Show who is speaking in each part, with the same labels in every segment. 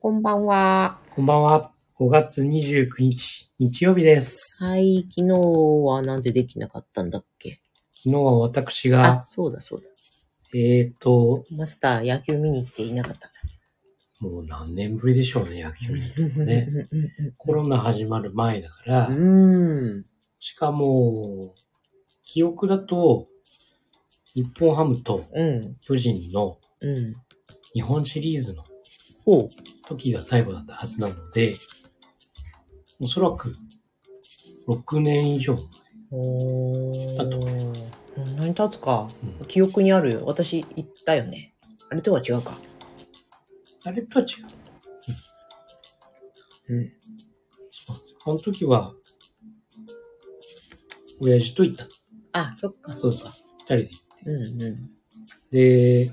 Speaker 1: こんばんは。
Speaker 2: こんばんは。5月29日、日曜日です。
Speaker 1: はい、昨日はなんでできなかったんだっけ
Speaker 2: 昨日は私
Speaker 1: あ、
Speaker 2: が、
Speaker 1: そうだそうだ。
Speaker 2: えっ、と、
Speaker 1: マスター、野球見に行っていなかった。
Speaker 2: もう何年ぶりでしょうね、野球に。ねコロナ始まる前だか
Speaker 1: う
Speaker 2: ら、
Speaker 1: ん。
Speaker 2: しかも、記憶だと、日本ハムと
Speaker 1: うん。
Speaker 2: 巨人の
Speaker 1: うん。
Speaker 2: 日本シリーズの
Speaker 1: ほう。
Speaker 2: 時が最後だったはずなので、おそらく6年以上前。
Speaker 1: お
Speaker 2: あと
Speaker 1: こんなに経つか
Speaker 2: う。
Speaker 1: 記憶にあるよ。私、行ったよね。あれとは違うか。
Speaker 2: あれとは違う。
Speaker 1: うん。
Speaker 2: あの時は、親父と行ったの。
Speaker 1: あ、そっか。
Speaker 2: そうそうそう。二人で行っ
Speaker 1: うんうん。
Speaker 2: て。で、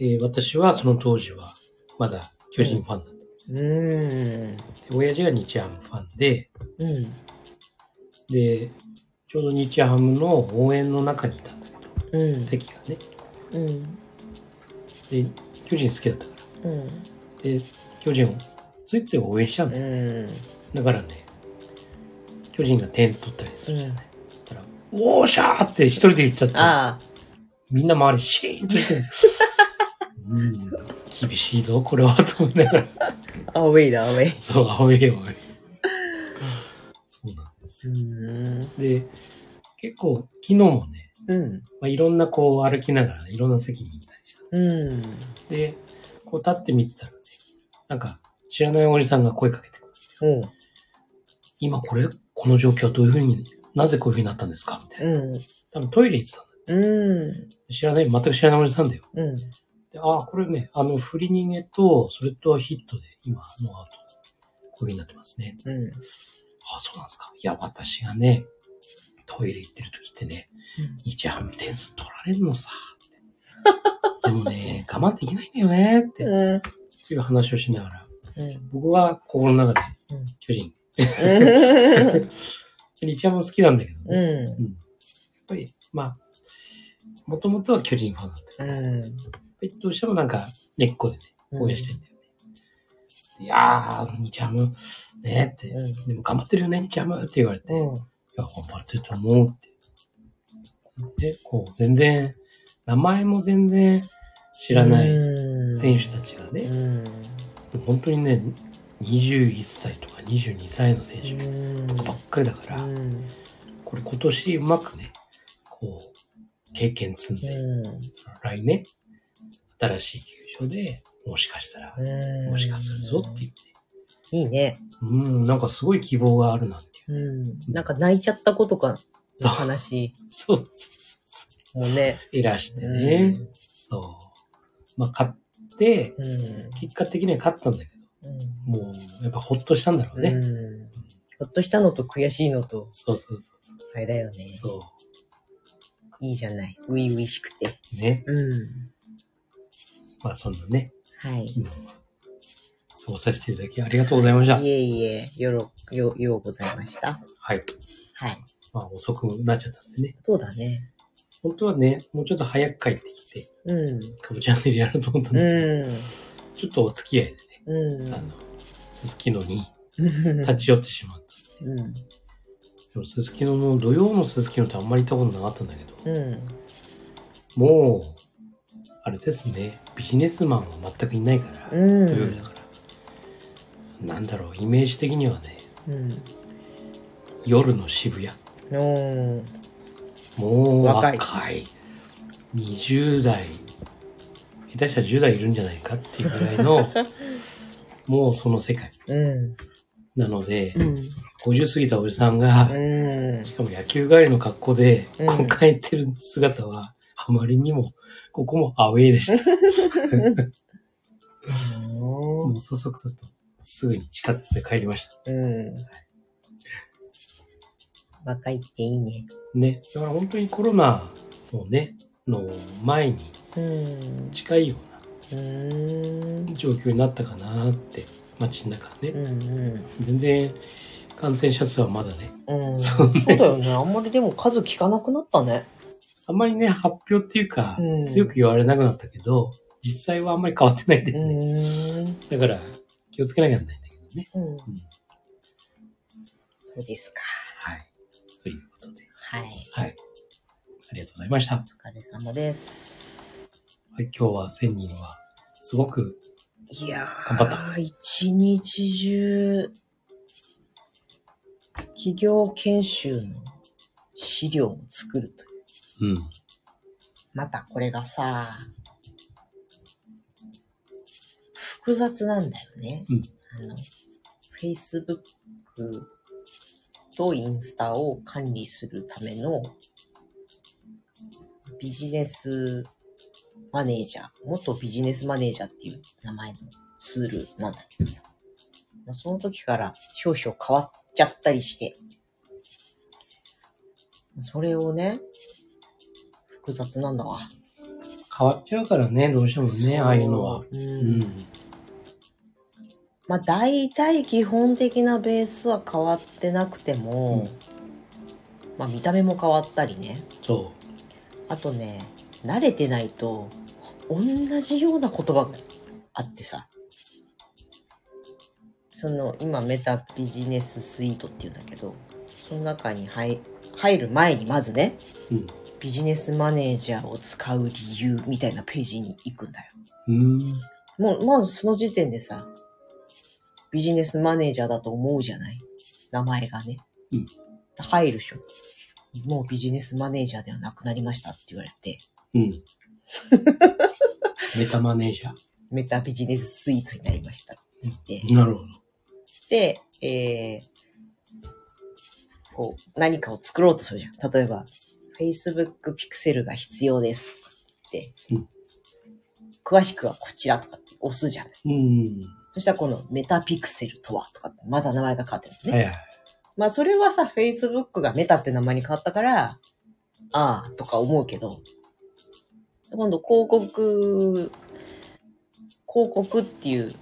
Speaker 2: えー私はその当時は、まだ巨人ファンだった。
Speaker 1: うん。
Speaker 2: で親父が日ハムファンで、
Speaker 1: うん。
Speaker 2: で、ちょうど日ハムの応援の中にいたんだけ
Speaker 1: う
Speaker 2: ど、
Speaker 1: ん。
Speaker 2: 席がね。
Speaker 1: うん。
Speaker 2: で、巨人好きだったか
Speaker 1: うん。
Speaker 2: ら。で、巨人をついつい応援しちゃうんだよ
Speaker 1: うん。
Speaker 2: だからね、巨人が点取ったりす
Speaker 1: う
Speaker 2: る。
Speaker 1: ん。
Speaker 2: だから、おーしゃーって一人で言っちゃった。
Speaker 1: ああ、
Speaker 2: みんな周りシーンとしてる。 うん、厳しいぞ、これは、と思いながら。
Speaker 1: アウェイだ、アウェイ。
Speaker 2: そう、青いよ、青い。そうなんですよ。
Speaker 1: うん。
Speaker 2: で、結構、昨日もね、
Speaker 1: うん。
Speaker 2: まあ、いろんなこう歩きながら、いろんな席に行ったりした。
Speaker 1: うん。
Speaker 2: で、こう立って見てたらね、なんか、知らないおじさんが声かけてくる。
Speaker 1: おう
Speaker 2: 今これ、この状況どういうふうに、なぜこういうふうになったんですかみたいな。
Speaker 1: うん。
Speaker 2: 多分トイレ行ってたんだよ
Speaker 1: うん。
Speaker 2: 知らない、全く知らないおじさんだよ。
Speaker 1: うん。
Speaker 2: でああ、これね、あの、振り逃げと、それとヒットで、今、ノーアウト、こういう風になってますね。
Speaker 1: うん。
Speaker 2: ああ、そうなんですか。いや、私がね、トイレ行ってる時ってね、日ハム点数取られるのさ。ってでもね、我慢できないんだよね、って、っ
Speaker 1: うん。
Speaker 2: ていう話をしながら、
Speaker 1: うん。
Speaker 2: 僕は心の中で
Speaker 1: うん、
Speaker 2: 巨人、
Speaker 1: うん。
Speaker 2: 日ハム好きなんだけど、やっ
Speaker 1: う
Speaker 2: ぱり、まあ、もともとは巨人ファンなんだけど、やっ
Speaker 1: ん。
Speaker 2: ぱりどうしてもなんか、根っこでね、
Speaker 1: うん。
Speaker 2: 応援してんだよね。いやー、日ハム、ねって、
Speaker 1: う
Speaker 2: でも頑張ってるよね、日ハムって言われて、い
Speaker 1: ん。
Speaker 2: や、頑張ってると思うって。で、こう、全然、名前も全然知らない
Speaker 1: い
Speaker 2: 選手たちがね、
Speaker 1: うん。
Speaker 2: 本当にね、21歳とか22歳の選手とかばっかりだから、
Speaker 1: うん。
Speaker 2: これ今年うまくね、こう、経験積んで、来年、新しい球場で、もしかしたら、
Speaker 1: うん。
Speaker 2: もしかするぞっていうね、
Speaker 1: いいね。
Speaker 2: うん、なんかすごい希望があるなっていう。
Speaker 1: うん。なんか泣いちゃったことか、の話
Speaker 2: そう。
Speaker 1: もね。
Speaker 2: いらして
Speaker 1: う
Speaker 2: ね。
Speaker 1: ん
Speaker 2: そう。まあ、勝って、
Speaker 1: うん。
Speaker 2: 結果的には勝ったんだけど、もう、やっぱほっとしたんだろうね。
Speaker 1: うん。ほっとしたのと悔しいのと、
Speaker 2: そうそうそ
Speaker 1: あれだよね。
Speaker 2: う。そ
Speaker 1: いいじゃない。ういういしくて。
Speaker 2: う。ね。
Speaker 1: うん。
Speaker 2: まあ、そんなね、
Speaker 1: はい。
Speaker 2: 昨日は、そうさせていただきありがとうございました。
Speaker 1: いえいえ、よろ、よ、ようございました。
Speaker 2: はい。
Speaker 1: はい。
Speaker 2: まあ、遅くなっちゃったんでね。
Speaker 1: そうだね。
Speaker 2: 本当はね、もうちょっと早く帰ってきて、
Speaker 1: うん。
Speaker 2: かぼちゃんでやろうと思ったんだけど、
Speaker 1: うん。
Speaker 2: ちょっとお付き合いでね、
Speaker 1: うん。
Speaker 2: あの、すすきのに
Speaker 1: 立
Speaker 2: 立ち寄ってしまった。
Speaker 1: うん。
Speaker 2: でもすすきのの土曜のすすきのってあんまり行ったことなかったんだけど、
Speaker 1: うん。
Speaker 2: もうあれですねビジネスマンは全くいないから、
Speaker 1: うん
Speaker 2: 土曜日だからなんだろうイメージ的にはね
Speaker 1: うん。
Speaker 2: 夜の渋谷
Speaker 1: うん。
Speaker 2: もう
Speaker 1: 若
Speaker 2: 若
Speaker 1: い
Speaker 2: い20代下手したら10代いるんじゃないかっていうぐら いのもうその世界
Speaker 1: うん。
Speaker 2: なので、
Speaker 1: うん。
Speaker 2: 50過ぎたおじさんが、
Speaker 1: うん。
Speaker 2: しかも野球帰りの格好で、
Speaker 1: うん
Speaker 2: こう帰ってる姿は、あまりにも、ここもアウェイ でした。もうそそくさと、すぐに地下鉄で帰りました。
Speaker 1: うん。若いっていいね。
Speaker 2: ね。だから本当にコロナのね、の前に
Speaker 1: うん。
Speaker 2: 近いよ
Speaker 1: うん
Speaker 2: うな。状況になったかなって、街の中
Speaker 1: う
Speaker 2: ね。
Speaker 1: ん。
Speaker 2: 全然、感染者数はまだね、
Speaker 1: うん。そ
Speaker 2: そう
Speaker 1: う
Speaker 2: ね
Speaker 1: だよね。あんまりでも数聞かなくなったね。
Speaker 2: あんまりね、発表っていうか
Speaker 1: うん、
Speaker 2: 強く言われなくなったけど、実際はあんまり変わってないんだ
Speaker 1: う
Speaker 2: よね。
Speaker 1: ーん。
Speaker 2: だから、気をつけなきゃならないんだけどね。
Speaker 1: うん。そうですか。
Speaker 2: はい。ということで。
Speaker 1: はい。
Speaker 2: はい。ありがとうございました。
Speaker 1: お疲れ様です。
Speaker 2: はい、今日は1000人は、すごく、
Speaker 1: いやー、
Speaker 2: 頑張
Speaker 1: 一日中、企業研修の資料を作るという。
Speaker 2: うん。
Speaker 1: またこれがさ、複雑なんだよね。
Speaker 2: うん
Speaker 1: あの、Facebook とインスタを管理するためのビジネスマネージャー、元ビジネスマネージャーっていう名前のツールなんだけどさ。まあその時から少々変わっちゃったりして、それをね、複雑なんだわ。
Speaker 2: 変わっちゃうからね、どうしてもね、ああいうのは。
Speaker 1: うん。
Speaker 2: うん。
Speaker 1: まあ大体基本的なベースは変わってなくても、まあ見た目も変わったりね。
Speaker 2: そ
Speaker 1: あとね、慣れてないと、同じような言葉があってさ。その、今、メタビジネススイートっていうんだけど、その中に入入る前にまずね、
Speaker 2: う。うん。
Speaker 1: ビジネスマネージャーを使う理由みたいなページに行くんだよ。
Speaker 2: うん。
Speaker 1: もう、まあ、その時点でさ、ビジネスマネージャーだと思うじゃない名前がね。
Speaker 2: うん
Speaker 1: 入るでしょ。もうビジネスマネージャーではなくなりましたって言われて、
Speaker 2: うん。メタマネージャ
Speaker 1: メタビジネススイートになりました。つって。
Speaker 2: ー。なるほど。
Speaker 1: で、えー、こう、何かを作ろうとするじゃん。例えば、Facebook ピクセルが必要ですって
Speaker 2: うん、
Speaker 1: 詳しくはこちらとかって押すじゃん。
Speaker 2: うん。
Speaker 1: そしたらこのメタピクセルとはとかって、まだ名前が変わってるんですね
Speaker 2: は。いはい。
Speaker 1: まあそれはさ、Facebook がメタって名前に変わったから、ああ、とか思うけど、今度広告、広告っていう、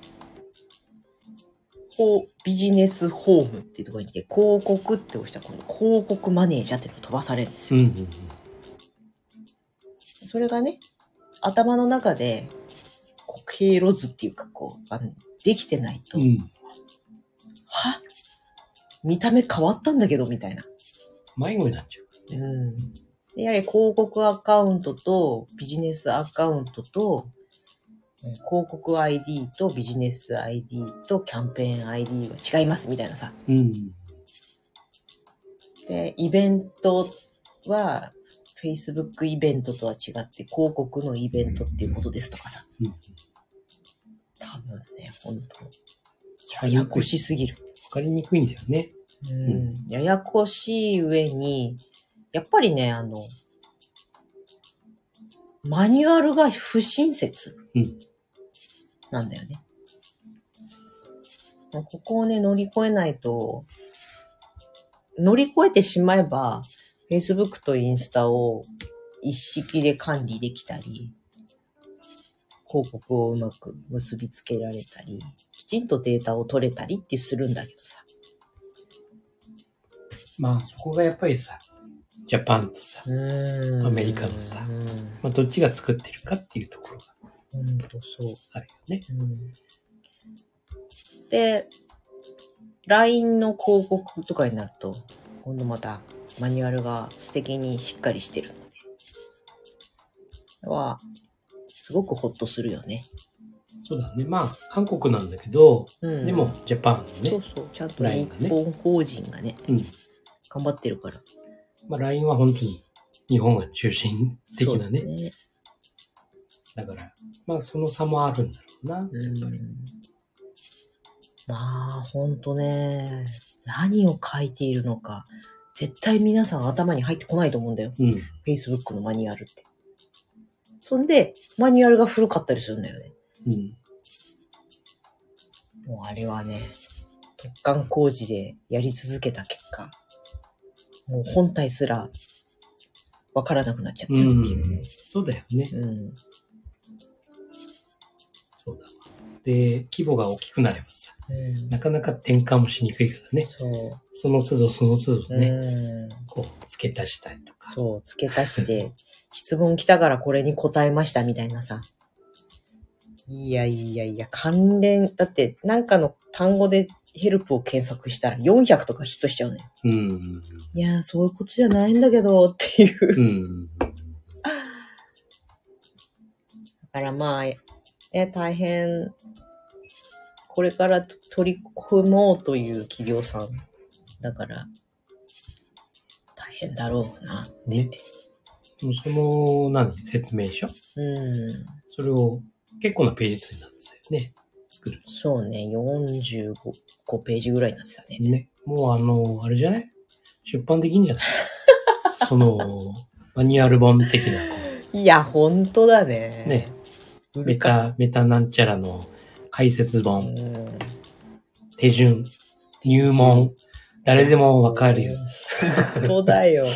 Speaker 1: ほうビジネスホームっていうところに行って、広告って押したら、この広告マネージャーっていうのが飛ばされるんです
Speaker 2: う
Speaker 1: よ。
Speaker 2: んうん
Speaker 1: それがね、頭の中で、こう経路図っていうか、こう、あのできてないと、
Speaker 2: うん。うん。
Speaker 1: は見た目変わったんだけど、みたいな。
Speaker 2: 迷子になっちゃう。
Speaker 1: うん。でやはり広告アカウントとビジネスアカウントと、えー広告 ID とビジネス ID とキャンペーン ID は違いますみたいなさ。
Speaker 2: うん。
Speaker 1: で、イベントは Facebook イベントとは違って広告のイベントっていうことですとかさ。
Speaker 2: うん。わ
Speaker 1: 多分ね、本当ややこしすぎる。
Speaker 2: かりにくいんだよね。
Speaker 1: うん。ややこしい上に、やっぱりね、あの、マニュアルが不親切
Speaker 2: うん
Speaker 1: なんだよね。ここをね、乗り越えないと、乗り越えてしまえば、Facebook とインスタを一式で管理できたり、広告をうまく結びつけられたり、きちんとデータを取れたりってするんだけどさ。
Speaker 2: まあそこがやっぱりさ、ジャパンとさ、
Speaker 1: ア
Speaker 2: アメリカのさ
Speaker 1: うん、
Speaker 2: まあどっちが作ってるかっていうところが
Speaker 1: ほんとそう。
Speaker 2: あるよね。
Speaker 1: うん、で、LINE の広告とかになると、今度またマニュアルが素敵にしっかりしてるので、これは、すごくほっとするよね。
Speaker 2: そうだね。まあ韓国なんだけど、
Speaker 1: うん、
Speaker 2: でもジャパン
Speaker 1: そ
Speaker 2: の
Speaker 1: う
Speaker 2: ね、
Speaker 1: そう、ちゃんと
Speaker 2: LINE
Speaker 1: 日
Speaker 2: がね
Speaker 1: 本法人がね、
Speaker 2: うん。
Speaker 1: 頑張ってるから。
Speaker 2: まあ LINE は本当に日本が中心的なね。
Speaker 1: そうだね
Speaker 2: だから、まあその差もあるんだろうな、やっぱり。
Speaker 1: まあ、ほんとね、何を書いているのか、絶対皆さん頭に入ってこないと思うんだよ。
Speaker 2: うん。
Speaker 1: Facebook のマニュアルって。そんで、マニュアルが古かったりするんだよね。
Speaker 2: うん。
Speaker 1: もうあれはね、突貫工事でやり続けた結果、もう本体すらわからなくなっちゃって
Speaker 2: う
Speaker 1: るっていう。
Speaker 2: ん。そうだよね。
Speaker 1: うん。
Speaker 2: そうだわ。で、規模が大きくなればさ、
Speaker 1: うん
Speaker 2: なかなか転換もしにくいからね。
Speaker 1: そ
Speaker 2: その都度その都
Speaker 1: う。
Speaker 2: 度ね、
Speaker 1: うん。
Speaker 2: こう、付け足したりとか。
Speaker 1: そう、付け足して、質問来たからこれに答えましたみたいなさ。いやいやいや、関連、だって、なんかの単語でヘルプを検索したら400とかヒットしちゃうのよ。
Speaker 2: うん。
Speaker 1: いやー、そういうことじゃないんだけど、っていう。
Speaker 2: うん。
Speaker 1: だからまあ、ね、大変、これからと取り組もうという企業さんだから、大変だろうな。
Speaker 2: ね。でもその、何説明
Speaker 1: う
Speaker 2: 書
Speaker 1: ん。
Speaker 2: それを結構なページ数になってたよね。作る。
Speaker 1: そうね、45ページぐらいになってたね。
Speaker 2: ね。もうあの、あれじゃない出版できんじゃないその、マニュアル本的な、こ
Speaker 1: いや、ほんとだね
Speaker 2: う。ね。
Speaker 1: 売
Speaker 2: メ
Speaker 1: るか。
Speaker 2: タ、メタなんちゃらの解説
Speaker 1: う
Speaker 2: 本、
Speaker 1: ん。
Speaker 2: 手順、入門、誰でもわかるよ。
Speaker 1: 本当だ よ。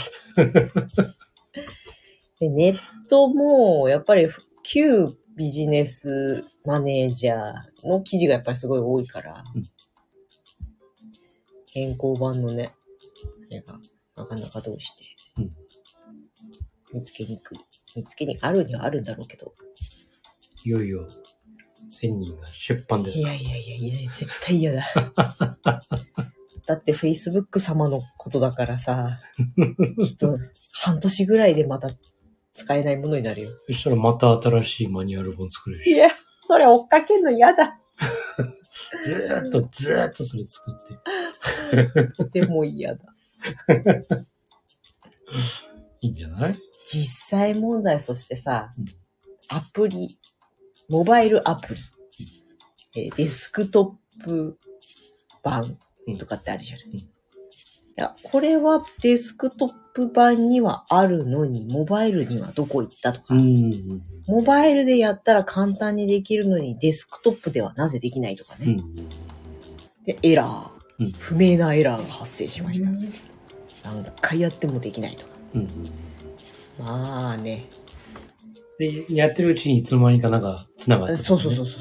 Speaker 1: でネットも、やっぱり旧ビジネスマネージャーの記事がやっぱりすごい多いから、
Speaker 2: うん
Speaker 1: 現行版のね、あれがなかなかどうして、
Speaker 2: うん
Speaker 1: 見つけにくい。見つけにあるにはあるんだろうけど。
Speaker 2: いよいよ、1000人が出版です
Speaker 1: い
Speaker 2: か
Speaker 1: やいやいや、いや絶対 嫌だ。だって Facebook 様のことだから さ、きっと半年ぐらいでまた使えないものになるよ。
Speaker 2: そしたらまた新しいマニュアル本作れる
Speaker 1: い
Speaker 2: し。
Speaker 1: や、それ追っかけんの嫌だ。
Speaker 2: ずーっと、ずーっとそれ作って。
Speaker 1: とても嫌だ。
Speaker 2: いいんじゃない
Speaker 1: 実際問題、そしてさ
Speaker 2: うん、
Speaker 1: アプリ、モバイルアプリ、えーデスクトップ版とかってあるじゃない。
Speaker 2: うんうん
Speaker 1: いや、これはデスクトップ版にはあるのに、モバイルにはどこ行ったとか、
Speaker 2: うん。
Speaker 1: モバイルでやったら簡単にできるのに、デスクトップではなぜできないとか
Speaker 2: う
Speaker 1: ね。
Speaker 2: ん。
Speaker 1: で、エラー
Speaker 2: うん。
Speaker 1: 不明なエラーが発生しました。
Speaker 2: うん
Speaker 1: 何回やってもできないとか。
Speaker 2: うん。
Speaker 1: まあね。
Speaker 2: で、やってるうちにいつの間にかなんか繋がって、
Speaker 1: そうそうそうそう。そ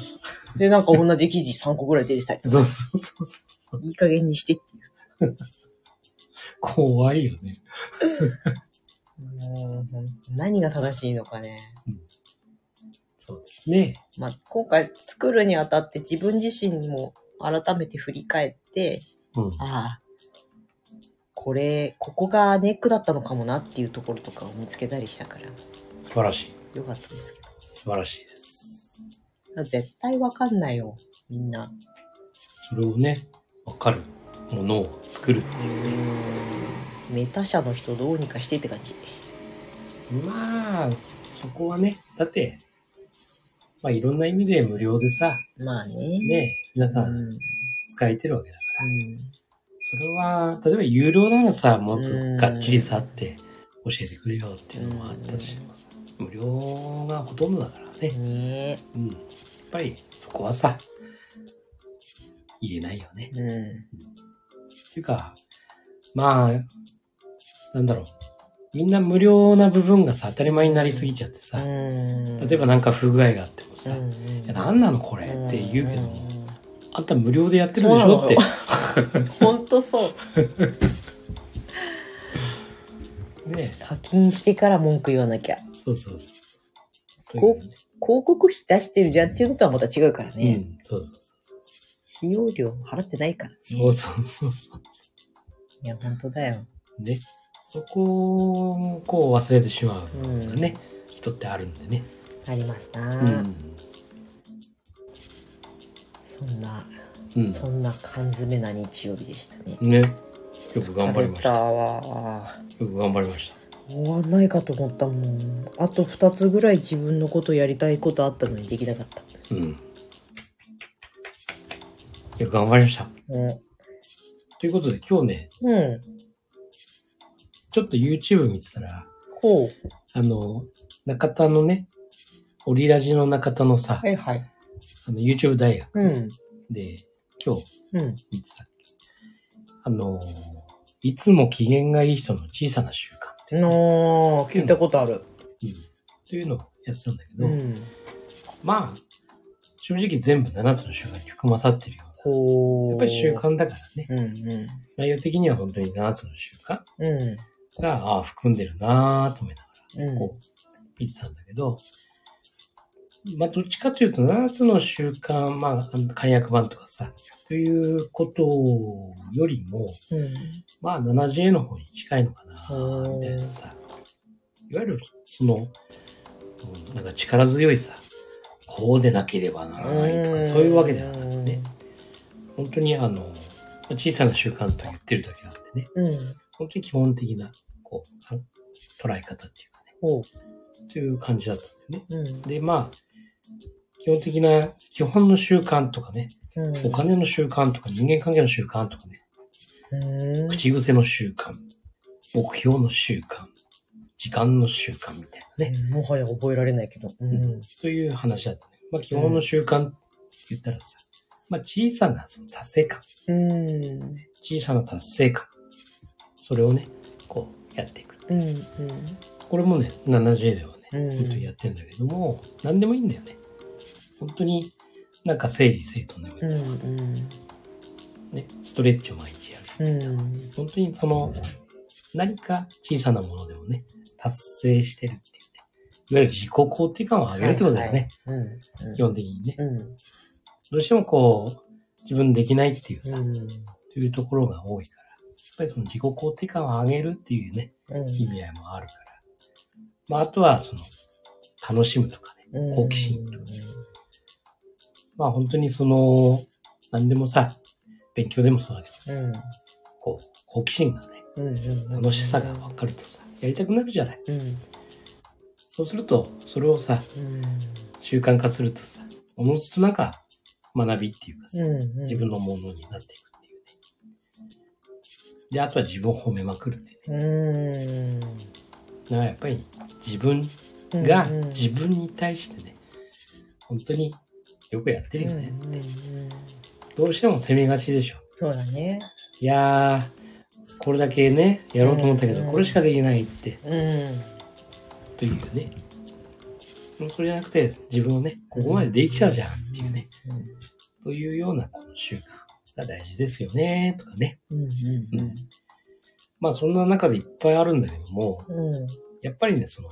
Speaker 1: う。で、なんか同じ記事3個ぐらい出てたりと
Speaker 2: そう
Speaker 1: か。
Speaker 2: そうそうそ う。
Speaker 1: いい加減にしてっていう。
Speaker 2: 怖いよね。
Speaker 1: もうほんと何が正しいのかね。
Speaker 2: そうですね。
Speaker 1: まあ、今回作るにあたって自分自身も改めて振り返って、
Speaker 2: うん。
Speaker 1: ああ、これ、ここがネックだったのかもなっていうところとかを見つけたりしたから、
Speaker 2: 素晴らしい。
Speaker 1: よかったですけど
Speaker 2: 素晴らしいです。。
Speaker 1: 絶対わかんないよ、みんな。
Speaker 2: それをね、わかるものを作る。
Speaker 1: メタ社の人どうにかしてって感じ。
Speaker 2: まあ、そこはね、だって、まあいろんな意味で無料でさ、
Speaker 1: まあね。
Speaker 2: ね、皆
Speaker 1: う
Speaker 2: さん
Speaker 1: ん。
Speaker 2: 使えてるわけだから。
Speaker 1: うん
Speaker 2: それは、例えば有料ならさ、もっとがっちりさって教えてくれよっていうのもあったとしてもさ、無料がほとんどだからね。
Speaker 1: ね
Speaker 2: うん。やっぱりそこはさ、言えないよね。
Speaker 1: え。う
Speaker 2: っていうか、まあ、なんだろう。みんな無料な部分がさ、当たり前になりすぎちゃってさ、
Speaker 1: ん。
Speaker 2: 例えばなんか不具合があってもさ、
Speaker 1: うん、
Speaker 2: いや、なんなのこれって言うけども、あんた無料でやってる
Speaker 1: そう
Speaker 2: でし
Speaker 1: な
Speaker 2: ょっ
Speaker 1: の
Speaker 2: て
Speaker 1: よ。ほんとそう。
Speaker 2: ね
Speaker 1: 課金してから文句言わなきゃ。
Speaker 2: そうそうそう。
Speaker 1: こ広告費出してるじゃんっていうのとはまた違うから
Speaker 2: う
Speaker 1: ね。
Speaker 2: ん、そうそうそう。
Speaker 1: 費用料払ってないからね。
Speaker 2: そうそうそうそ
Speaker 1: いや、ほんとだよ。
Speaker 2: う。ね。そこをこう忘れてしま
Speaker 1: う
Speaker 2: うのが
Speaker 1: ん。
Speaker 2: ね、人ってあるんでね。
Speaker 1: ありますな、
Speaker 2: うん。
Speaker 1: そんな、
Speaker 2: うん。
Speaker 1: そんな缶詰な日曜日でしたね。
Speaker 2: ね。よく頑張り
Speaker 1: 疲
Speaker 2: まし
Speaker 1: れ
Speaker 2: た。よ
Speaker 1: わ
Speaker 2: く頑張りました。
Speaker 1: 終わんないかと思ったもん。あと2つぐらい自分のことやりたいことあったのにできなかった。
Speaker 2: うん。いや、頑張りました。
Speaker 1: うん。
Speaker 2: ということで、今日ね、
Speaker 1: うん。
Speaker 2: ちょっと YouTube 見てたら、
Speaker 1: こう。
Speaker 2: あの、中田のね、オリラジの中田のさ、
Speaker 1: いはい。
Speaker 2: あの YouTube 大学
Speaker 1: うん。
Speaker 2: で、今日
Speaker 1: うん。
Speaker 2: 見てたっけあの、いつも機嫌がいい人の小さな習慣っていう、
Speaker 1: の聞いたことある。
Speaker 2: うんというのをやってたんだけど、
Speaker 1: うん。
Speaker 2: まあ、正直全部7つの習慣に含まさってるような。
Speaker 1: こう。
Speaker 2: やっぱり習。慣だからね。
Speaker 1: うんうん。
Speaker 2: 内容的には本当に7つの習慣
Speaker 1: う
Speaker 2: が、ああ、含んでるなぁと思いながら、
Speaker 1: ん。うん。
Speaker 2: こう、見てたんだけど、まあ、どっちかというと、7つの習慣、まあ、あの解約版とかさ、ということよりも、
Speaker 1: うん。
Speaker 2: まあ、7J の方に近いのかな
Speaker 1: う、ん
Speaker 2: みたいなさ。いわゆる、その、うんなんか力強いさ、こうでなければならないとか、そういうわけじゃなくてね、本当にあの、まあ小さな習慣と言ってるだけあってね、
Speaker 1: うん。
Speaker 2: 本当に基本的な、こう、あ捉え方っていうかね、
Speaker 1: ほ
Speaker 2: という感じだったんだよね。
Speaker 1: う。うん。
Speaker 2: で、まあ、基本的な、基本の習慣とかね、
Speaker 1: うん。
Speaker 2: お金の習慣とか人間関係の習慣とかね、
Speaker 1: うん。
Speaker 2: 口癖の習慣、目標の習慣、時間の習慣みたいなね、
Speaker 1: もはや覚えられないけど。うん。
Speaker 2: そういう話だったね。まあ、基本の習慣って言ったらさ、まあ、小さなその達成感、
Speaker 1: うん。
Speaker 2: 小さな達成感、それをね、こうやっていく。
Speaker 1: うん。
Speaker 2: これもね、70ではね、
Speaker 1: うん
Speaker 2: 本当にやってんだけども、何でもいいんだよね。本当になんか整理整頓でもいい。
Speaker 1: うん。うん。
Speaker 2: ね、ストレッチを毎日やる。
Speaker 1: うん。
Speaker 2: 本当にその、何か小さなものでもね、達成してるっていうね。いわゆる自己肯定感を上げるってことだよね。
Speaker 1: はいはい。
Speaker 2: 基本的にね。
Speaker 1: うん。
Speaker 2: どうしてもこう、自分できないっていうさ、
Speaker 1: うん。うん。
Speaker 2: というところが多いから、やっぱりその自己肯定感を上げるっていうね、
Speaker 1: うん
Speaker 2: 意味合いもあるから。まあ、あとはその、楽しむとかね。
Speaker 1: うん
Speaker 2: 好奇心まあ本当にその、何でもさ、勉強でもそうだけどさ、
Speaker 1: うん。
Speaker 2: こう、好奇心がね、
Speaker 1: うん。うん。
Speaker 2: 楽しさが分かるとさ、やりたくなるじゃない。
Speaker 1: うん。
Speaker 2: そうすると、それをさ、
Speaker 1: うん。
Speaker 2: 習慣化するとさ、おのずとなんか学びっていうかさ、
Speaker 1: うん。
Speaker 2: 自分のものになっていくっていうね。で、あとは自分を褒めまくるっていう
Speaker 1: う
Speaker 2: ね。
Speaker 1: ん。
Speaker 2: だからやっぱり自分
Speaker 1: うん。
Speaker 2: が
Speaker 1: うん
Speaker 2: 自分に対してね、本当によくやってるよね。
Speaker 1: うんうんうん
Speaker 2: どうしても責めがちでしょ。
Speaker 1: そうだね。
Speaker 2: いやー、これだけね、やろうと思ったけど、
Speaker 1: うん
Speaker 2: これしかできないって、
Speaker 1: うん。
Speaker 2: というね。もうそれじゃなくて、自分をね、ここまでできたじゃんっていうね、というようなこの習慣が大事ですよね、とかね。
Speaker 1: うん。うん。うん。
Speaker 2: まあそんな中でいっぱいあるんだけども、
Speaker 1: うん。
Speaker 2: やっぱりね、その、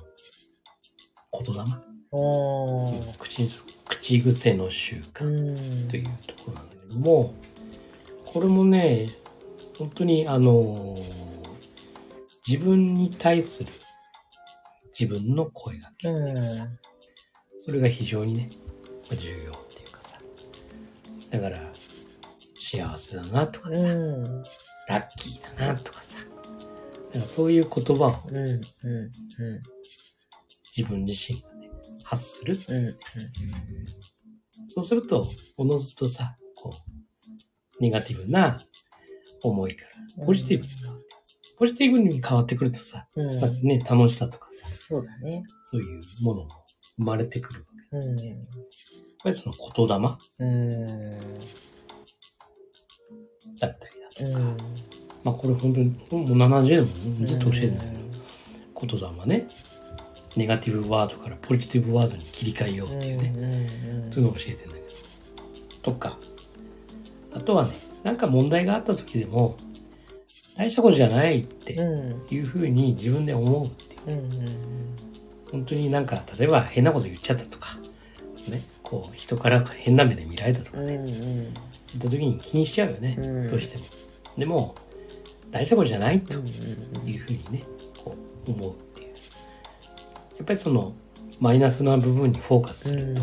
Speaker 2: 言霊、
Speaker 1: おー。
Speaker 2: 口ず口癖の習
Speaker 1: う
Speaker 2: 慣
Speaker 1: ん。
Speaker 2: というところなんだけども、これもね、本当にあのー自分に対する自分の声がけ、
Speaker 1: うん。
Speaker 2: それが非常にね、まあ重要っていうかさ、だから、幸せだなとかさ、
Speaker 1: うん。
Speaker 2: ラッキーだなとかさ、だからそういう言葉を
Speaker 1: うん。うん。うん。
Speaker 2: 自分自身がね、発する。
Speaker 1: うん。
Speaker 2: そうすると、おのずとさ、こう、ネガティブな思いから、ポジティブに変わって、ポジティブに変わってくるとさ、
Speaker 1: うん。うん
Speaker 2: まあ、ね、楽しさとかさ、
Speaker 1: そうだね。
Speaker 2: そういうものも生まれてくるわけ。や
Speaker 1: うん。
Speaker 2: っぱりその言霊
Speaker 1: うん。
Speaker 2: だったりだとか、
Speaker 1: うん。
Speaker 2: まあこれ本当に、もう70年もずっと教えてんだけど、
Speaker 1: うん
Speaker 2: 言霊ね、ネガティブワードからポジティブワードに切り替えようっていうね、
Speaker 1: うん。
Speaker 2: そういうのを教えてんだけど。とか、あとはね、なんか問題があった時でも、大したことじゃないって
Speaker 1: うん。
Speaker 2: いうふうに自分で思うっていう。
Speaker 1: うん。うん。
Speaker 2: 本当になんか、例えば変なこと言っちゃったとか、ね、こう、人から変な目で見られたとか
Speaker 1: う、ん。うん。
Speaker 2: 言った時に気にしちゃうよね、
Speaker 1: うん
Speaker 2: どうしても。でも、大したことじゃないと
Speaker 1: うん
Speaker 2: いうふうにね、こう、思うっていう。やっぱりその、マイナスな部分にフォーカスすると、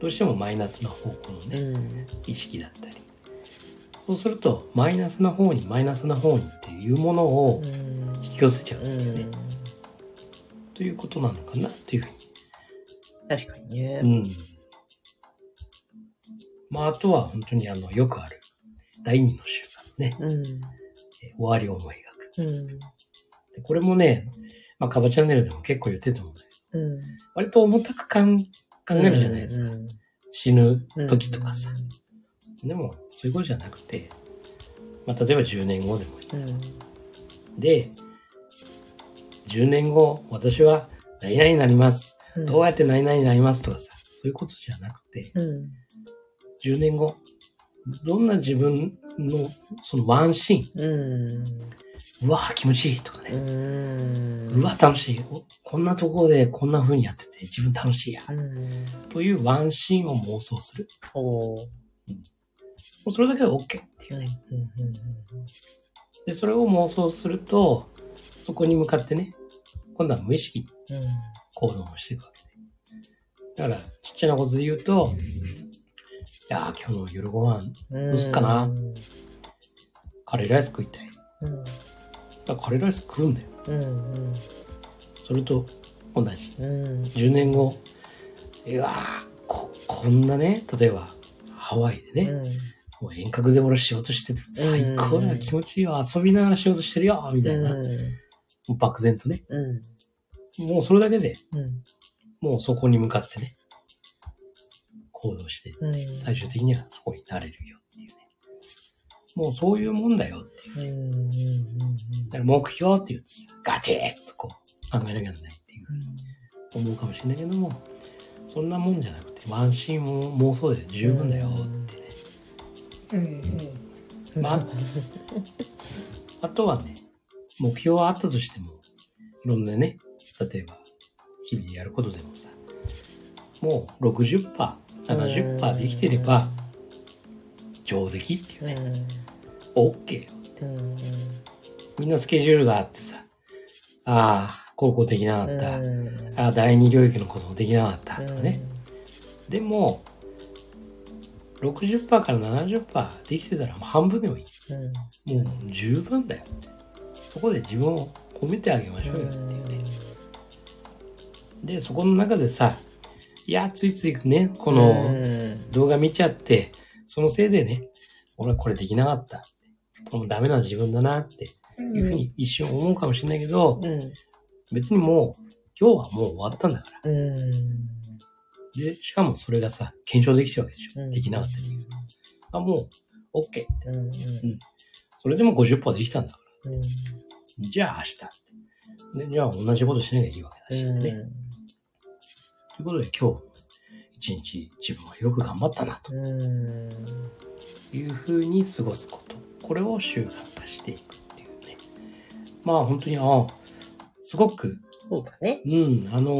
Speaker 2: どうしてもマイナスな方向のね、
Speaker 1: うん。
Speaker 2: 意識だったりそうするとマイナスな方にマイナスな方にっていうものを
Speaker 1: うん。
Speaker 2: 引き寄せちゃうっていうね、
Speaker 1: うん。
Speaker 2: ということなのかなっていうふう
Speaker 1: 確かにね。
Speaker 2: に、うん、まああとは本当にあのよくある第二の習慣ね
Speaker 1: うん。
Speaker 2: え終わりを思い描
Speaker 1: うん。
Speaker 2: くでこれもね、まあ、カバチャンネルでも結構言ってると思うんだけど
Speaker 1: うん。
Speaker 2: 割と重たくかん考えるじゃないですか、
Speaker 1: うん。
Speaker 2: 死ぬ
Speaker 1: うん
Speaker 2: 時とかさ、でもそういうことじゃなくて、まあ、例えば10年後でもいい
Speaker 1: うん。
Speaker 2: で、10年後、私は何々になります。
Speaker 1: うん
Speaker 2: どうやって何々になりますとかさ、そういうことじゃなくて、
Speaker 1: うん。
Speaker 2: 10年後、どんな自分のそのワンシーン、
Speaker 1: うん。
Speaker 2: うわー気持ちいいとか
Speaker 1: う
Speaker 2: ね、
Speaker 1: ん。
Speaker 2: うわ楽しいおこんなところでこんな風にやってて自分楽しいや、
Speaker 1: うん。
Speaker 2: というワンシーンを妄想する
Speaker 1: おー。
Speaker 2: もうそれだけで OK っていう
Speaker 1: うん。
Speaker 2: でそれを妄想するとそこに向かってね今度は無意識に行動をしていくわけでだからちっちゃなことで言うといやー今日の夜ご飯
Speaker 1: うん。
Speaker 2: どうすっかなカレーライス食いたいだか
Speaker 1: うん。
Speaker 2: らカレーライス食うんだよ
Speaker 1: うん。
Speaker 2: それと同じ
Speaker 1: うん。
Speaker 2: 10年後うわーここんなね例えばハワイでね、もう遠隔で俺仕事してて最高だ、
Speaker 1: うん
Speaker 2: 気持ちいいよ遊びながら仕事してるよみたいな、も
Speaker 1: う
Speaker 2: う漠然とね
Speaker 1: ん。
Speaker 2: もうそれだけで
Speaker 1: うん。
Speaker 2: もうそこに向かってね、行動して、
Speaker 1: うん。
Speaker 2: 最終的にはそこになれるよっていうね。もうそういうもんだよっていう。
Speaker 1: うん。
Speaker 2: だから目標っていうとさガチッとこう考えなきゃならないっていうふうに思うかもしれないけども、そんなもんじゃなくて、ワンシーンも妄想で十分だよってね。
Speaker 1: うん。
Speaker 2: まあ、あとはね、目標はあったとしても、いろんなね、例えば、日々やることでもさ、もう60%、70%できてれば、上出来っていう
Speaker 1: う
Speaker 2: ね。
Speaker 1: ん。
Speaker 2: OK よ。
Speaker 1: うん。
Speaker 2: みんなスケジュールがあってさ、ああ、高校できなかった、あ
Speaker 1: ん。
Speaker 2: あ、第二領域のこともできなかったとかね。でも、60%から70%できてたらもう半分でもいい。
Speaker 1: うん。
Speaker 2: もう十分だよって。そこで自分を褒めてあげましょうよっていうね。で、そこの中でさ、いや、ついついね、この動画見ちゃって、そのせいでね、俺はこれできなかった。もうダメな自分だなっていうふうに一瞬思うかもしれないけど、
Speaker 1: うん。
Speaker 2: 別にもう今日はもう終わったんだから。
Speaker 1: うん。
Speaker 2: で、しかもそれがさ、検証できちゃうわけでしょ。できなかった理由。あ、もう、OK。
Speaker 1: うん。
Speaker 2: それでも50%できたんだか
Speaker 1: うん。
Speaker 2: ら。じゃあ明日。でじゃあ同じことしなきゃいいわけだし。ね。ということで今日、一日自分はよく頑張ったなと
Speaker 1: うん。
Speaker 2: いうふうに過ごすこと。これを習慣化していくっていうね。まあ本当に、あすごく
Speaker 1: そうだね。
Speaker 2: うん、あの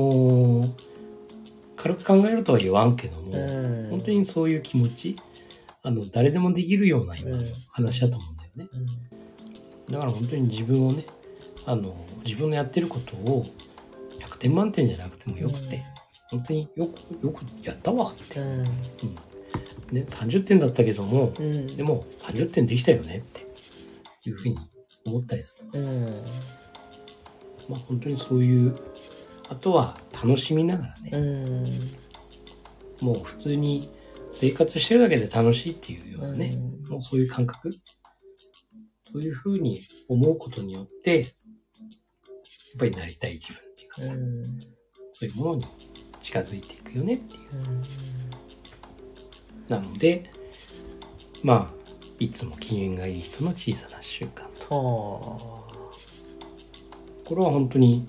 Speaker 2: ー軽く考えるとは言わんけども、
Speaker 1: うん。
Speaker 2: 本当にそういう気持ち、あの、誰でもできるような今
Speaker 1: うん、
Speaker 2: 話だと思うんだよね。だから本当に自分をね、あの、自分のやってることを100点満点じゃなくてもよくて、本当によく、よくやったわって。うん。ね、30点だったけども、
Speaker 1: うん。うん。
Speaker 2: でも30点できたよねっていうふうに思ったりだとか
Speaker 1: うん。
Speaker 2: まあ本当にそういう、あとは楽しみながらね、
Speaker 1: うん。
Speaker 2: もう普通に生活してるだけで楽しいっていうようなね、
Speaker 1: う
Speaker 2: もうそういう感覚そういうふうに思うことによって、やっぱりなりたい自分っていうかさ、
Speaker 1: ん。
Speaker 2: そういうものに近づいていくよねっていう。なので、まあ、いつも機嫌がいい人の小さな習慣と。
Speaker 1: は
Speaker 2: これは本当に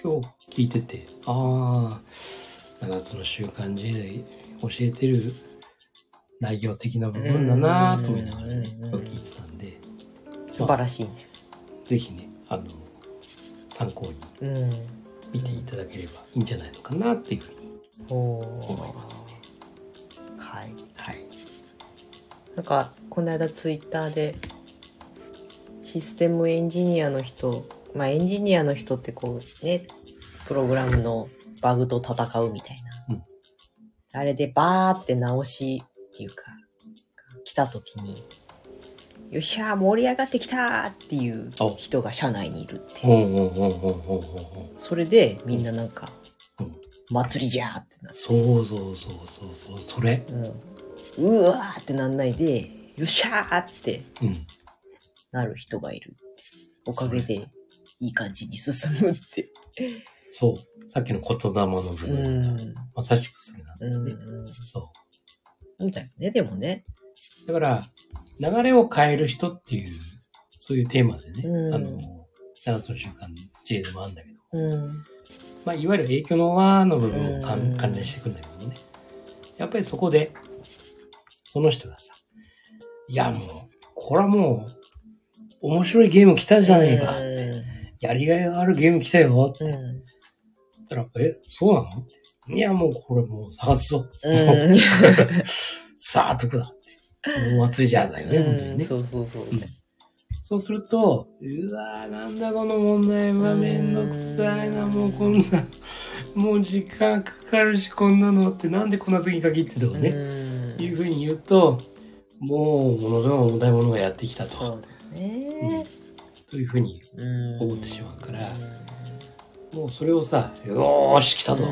Speaker 2: 今日聞いてて、ああ、7つの習慣 J で教えてる内容的な部分だなぁと思いながらね、
Speaker 1: うん
Speaker 2: 今日聞いてたんで、
Speaker 1: あ。素晴らしいね。
Speaker 2: ぜひね、あの、参考に
Speaker 1: うん。
Speaker 2: 見ていただければいいんじゃないのかなっていうふうに
Speaker 1: お
Speaker 2: 思いますね。
Speaker 1: はい。
Speaker 2: はい。
Speaker 1: なんかこの間ツイッターでシステムエンジニアの人まあエンジニアの人ってこうねプログラムのバグと戦うみたいな、
Speaker 2: うん
Speaker 1: あれでバーって直しっていうか来た時によっしゃー盛り上がってきたーっていう人が社内にいるっていう
Speaker 2: ほんほんほんほんほんほんほん。
Speaker 1: それでみんななんか
Speaker 2: うん
Speaker 1: 祭りじゃーってなって
Speaker 2: そうそうそうそうそう、それ。
Speaker 1: うん、うわーってなんないでよっしゃーって
Speaker 2: うん。
Speaker 1: なる人がいる。おかげで、いい感じに進むって。
Speaker 2: そう。さっきの言霊の部
Speaker 1: う
Speaker 2: 分が、
Speaker 1: ん。
Speaker 2: まさしくそれなんだ
Speaker 1: う
Speaker 2: よね。
Speaker 1: ん。
Speaker 2: そう。
Speaker 1: みたいね、でもね。
Speaker 2: だから、流れを変える人っていう、そういうテーマでね、
Speaker 1: うん
Speaker 2: あの、7つの習慣、J でもあるんだけど、
Speaker 1: うん。
Speaker 2: まあ、いわゆる影響の輪の部分を関,、
Speaker 1: うん
Speaker 2: 関連していくんだけどもね、やっぱりそこで、その人がさ、いや、もう、これはもう、面白いゲーム来たじゃねえか。
Speaker 1: うん
Speaker 2: やりがいがあるゲーム来たよ。って
Speaker 1: う
Speaker 2: 言っ
Speaker 1: ん。
Speaker 2: たら、え、そうなのっていや、もうこれもう探すぞ。
Speaker 1: うん
Speaker 2: さあ、どこだって。お祭りじゃないよね、本当に
Speaker 1: うん
Speaker 2: ね。
Speaker 1: そうそうそう。
Speaker 2: そうすると、うわーなんだこの問題はめんどくさいな、もうこんな、 もう時間かかるし、こんなのって、なんでこんな時に限ってとかね、
Speaker 1: うん
Speaker 2: いうふうに言うと、もうものすごい重たいものがやってきた
Speaker 1: そ
Speaker 2: と、
Speaker 1: うだね。
Speaker 2: というふうに
Speaker 1: うん
Speaker 2: 思ってしまうからもうそれをさ、よーし、来たぞ、